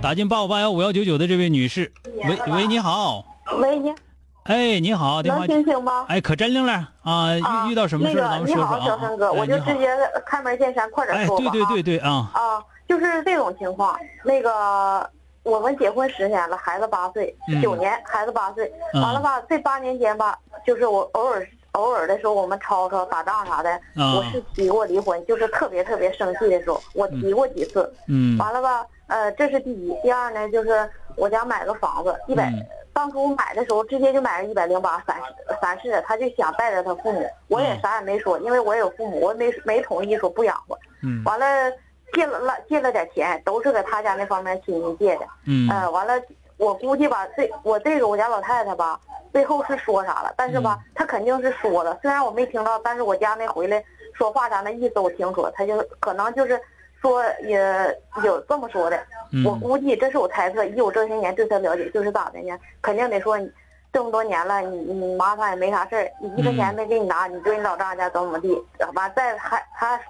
打进八五八幺五幺九九的这位女士，喂喂，你好，喂，你哎，你好，电话能，听清吗？哎，可真灵了啊！啊，遇遇到什么事儿咱那个们你说说好，小啊三。哥，哎我就直你好接开门见山，快点哎，说吧。对对对对啊，啊。啊，就是这种情况。那个，我们结婚十年了，孩子八岁嗯，九年，孩子八岁。嗯完了吧，这八年间吧，就是我偶尔偶尔的时候，我们吵吵打仗啥的，啊我是提过离婚，就是特别特别生气的时候，我提过几次。嗯完了吧，呃，这是第一，第二呢，就是我家买个房子，一百、嗯当初买的时候直接就买了一百零八三三室，他就想带着他父母，我也嗯啥也没说，因为我也有父母，我也没没同意说不养活。嗯完了，借了了借了点钱，都是搁他家那方面亲戚借的。嗯呃，完了，我估计吧，这我这个我家老太太吧，最后是说啥了，但是吧，嗯她肯定是说了，虽然我没听到，但是我家那回来说话啥那意思我清楚了，她就可能就是说也有这么说的，嗯我估计这是我猜测，以我这些年对她了解，就是咋的呢？肯定得说你这么多年了，你你麻烦也没啥事儿，你一分嗯钱没给你拿，你对你老丈人家怎么怎么地，完再还还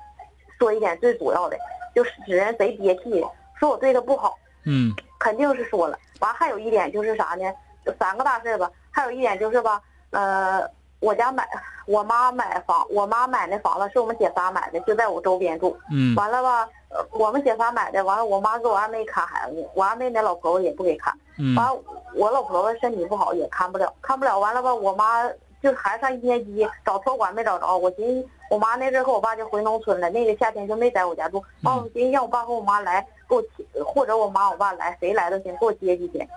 说一点最主要的，就是使人贼憋气，说我对他不好。嗯肯定是说了。完还有一点就是啥呢？有三个大事儿吧。还有一点就是吧，呃，我家买，我妈买房，我妈买那房子是我们姐仨买的，就在我周边住。嗯完了吧，呃我们姐仨买的，完了我妈给我二妹看孩子，我二妹那老婆婆也不给看。嗯完了我老婆婆身体不好也看不了，看不了。完了吧，我妈就还上一年级找托管没找着，我寻思我妈那阵儿和我爸就回农村了，那个夏天就没在我家住。完我寻思让我爸和我妈来给我接，或者我妈我爸来，谁来都行，给我接几天，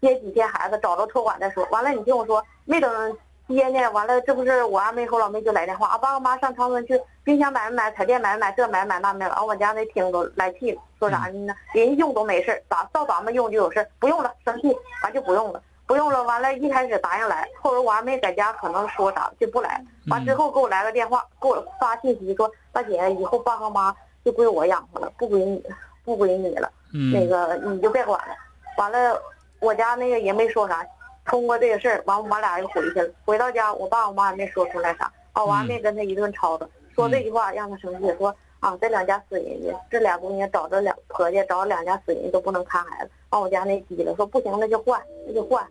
接几天孩子找着托管再说。完了你听我说，没等接呢，完了这不是我二妹和我老妹就来电话，啊爸我妈上长春去，冰箱买没买，彩电买没买，这买没买那买没买，完我家那听都来气了，说啥呢？人家用都没事儿，咋到咱们用就有事儿？不用了，生气，完就不用了，不用了。完了，一开始答应来，后来我二妹在家可能说啥就不来了，嗯完之后给我来个电话，给我发信息说，大姐，以后爸和妈就归我养活了，不归你，不归你了。那嗯个你就别管了。完了，我家那个也没说啥，通过这个事儿，完我们俩又回去了。回到家，我爸我妈也没说出来啥，啊，我还没跟他一顿吵吵，说这句话让他生气，说啊，这两家死人家，这俩姑娘找着两婆家，找两家死人家都不能看孩子，完我家那急了，说不行，那就换，那就换。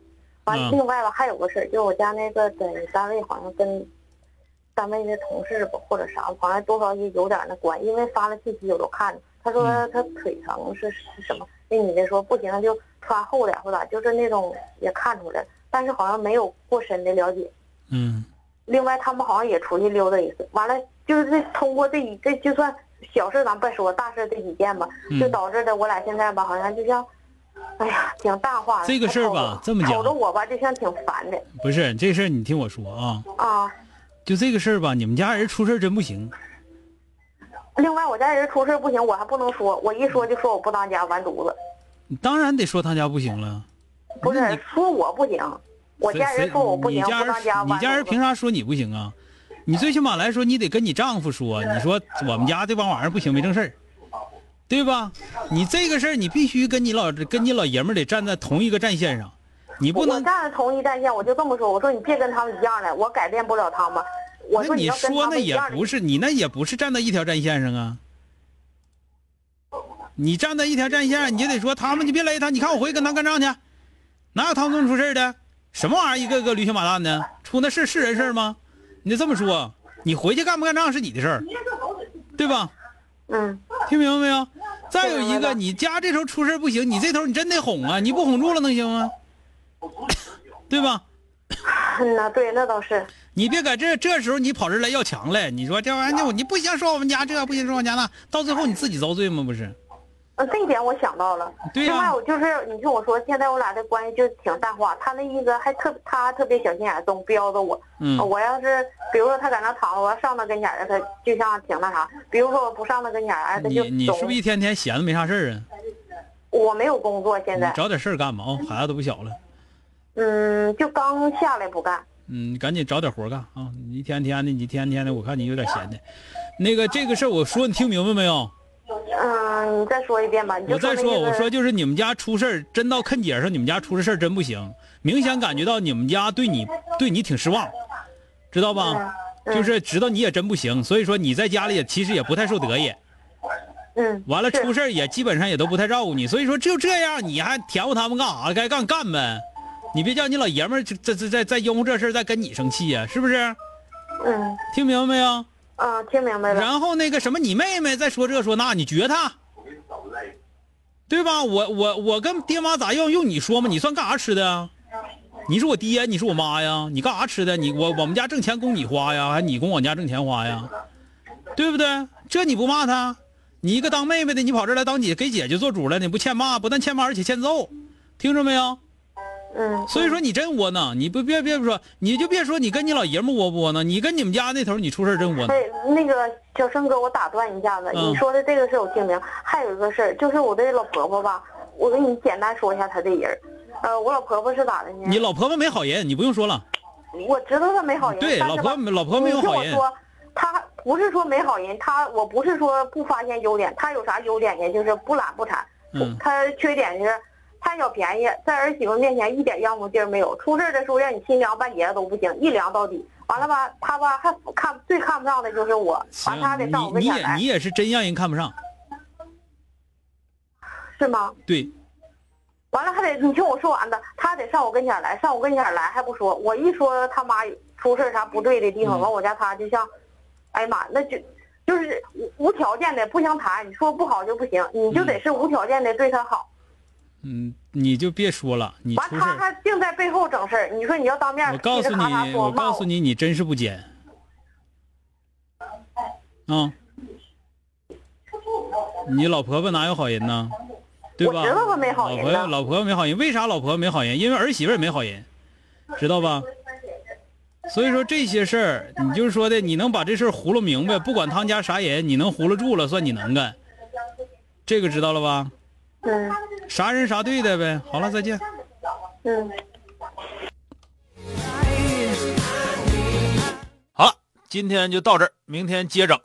完嗯，另外吧，还有个事儿，就是我家那个在单位好像跟单位的同事吧，或者啥，好像多少也有点那关，因为发了信息我都看着，他说嗯他腿疼是是什么？那女的说不行就穿厚点或咋，就是那种也看出来了，但是好像没有过深的了解。嗯另外，他们好像也出去溜达一次，完了就是这通过这一这就算小事咱不说，大事这几件吧，嗯就导致的我俩现在吧，好像就像，哎呀，挺淡化的。这个事儿吧他瞅着这么讲瞅着我吧，就像挺烦的不是这事儿，你听我说啊，啊。就这个事儿吧，你们家人出事儿真不行。另外，我家人出事不行，我还不能说，我一说就说我不当家完犊子，你当然得说他家不行了。不那是你说我不行，我家谁人谁说我不行，你家不当家人完你犊子。家人凭啥说你不行啊？你最起码来说，你得跟你丈夫说，你说我们家这帮玩意儿不行，没正事儿，对吧？你这个事儿你必须跟你老跟你老爷们儿得站在同一个战线上，你不我能站在同一战线，我就这么说，我说你别跟他们一样了，我改变不了他们。我那说你要跟说那他们一也样的不是，你那也不是站在一条战线上啊。你站在一条战线上，你就得说他们就别勒他，你看我回去跟他干仗去，哪有他们这么出事儿的？什么玩意儿，一个个驴血马蛋的，出那事是人事儿吗？你得这么说，你回去干不干仗是你的事儿，对吧？嗯， 听明白没有？再有听一明白个，了你家这头出事儿不行，你这头你真得哄啊，你不哄住了能行吗？对吧？嗯呐，对，那倒是。你别搁这这时候你跑这儿来要强来，你说这玩啊意儿你不行说我们家这不行说我们家那，到最后你自己遭罪吗？不是？嗯，这一点我想到了。对另呀、外，我就是你听我说，现在我俩的关系就挺淡化。他那意思还特，他特别小心眼，总标着我。呃嗯我要是比如说他在那躺着，我要上他跟前儿，他就像挺那啥；比如说我不上他跟前儿，哎他你就你是总不是一天天闲的没啥事儿啊？我没有工作，现你在找点事儿干吧啊、孩子都不小了，嗯，就刚下来不干。嗯，赶紧找点活儿干啊！你一天天的，你一天天的，我看你有点闲的。那个这个事儿我说你听明白没有？嗯，你再说一遍吧。你就我再那说，意思我说就是你们家出事儿，真到坑姐上，你们家出这事儿真不行，明显感觉到你们家对你对你挺失望，知道吧？嗯啊就是知道你也真不行，所以说你在家里也其实也不太受得意，嗯，完了是出事儿也基本上也都不太照顾你，所以说就这样，你还甜乎他们干啥？该干干呗，你别叫你老爷们儿这这这再再拥护这事儿再跟你生气呀、是不是？嗯听明白没有？嗯，听明白了。然后那个什么，你妹妹再说这说那，你撅她，对吧？我我我跟爹妈咋样？用你说吗？你算干啥吃的啊？你是我爹，你是我妈呀？你干啥吃的？你我我们家挣钱供你花呀，还你供我家挣钱花呀？对不对？这你不骂他？你一个当妹妹的，你跑这儿来当姐给姐姐做主了，你不欠骂，不但欠骂，而且欠揍，听着没有？嗯，所以说你真窝囊，你不别别说，你就别说你跟你老爷们窝不窝囊，你跟你们家那头你出事儿真窝囊。哎，那个小生哥，我打断一下子，嗯你说的这个事儿我听明。还有一个事儿，就是我的老婆婆吧，我给你简单说一下她这人儿。呃，我老婆婆是咋的呢？你老婆婆没好人，你不用说了。我知道她没好人，对，但老是婆吧老婆没有好你人听我，说，她不是说没好人，她我不是说不发现优点，她有啥优点呢？就是不懒不馋。嗯她缺点是贪小便宜，在儿媳妇面前一点让步劲儿没有，出事儿的时候让你心凉半截子都不行，一凉到底。完了吧，她吧还看最看不上的就是我，行完她还得上我，嗯跟你你前也来你，也是真让人看不上，是吗？对，完了还得你听我说完的，她还得上我跟前来，上我跟前来还不说，我一说他妈出事儿啥不对的地方，嗯完、我家她就像，哎呀妈，那就就是无无条件的不相谈，你说不好就不行，你就得是无条件的对她好。嗯，你就别说了，嗯你完出事她儿，还净在背后整事儿，你说你要当面我告诉噼里啪啦你，说我骂告诉你，你真是不尖。啊、你老婆婆哪有好人呢？对吧？我知道她没好老人呢婆婆老婆婆没好人，为啥老婆婆没好人？因为儿媳妇儿没好人，知道吧？所以说这些事儿，你就是说的，你能把这事儿糊弄明白，不管他们家啥人，你能糊弄住了，算你能干。这个知道了吧？嗯啥人啥对的呗。好了，再见。嗯。好了，今天就到这儿，明天接整。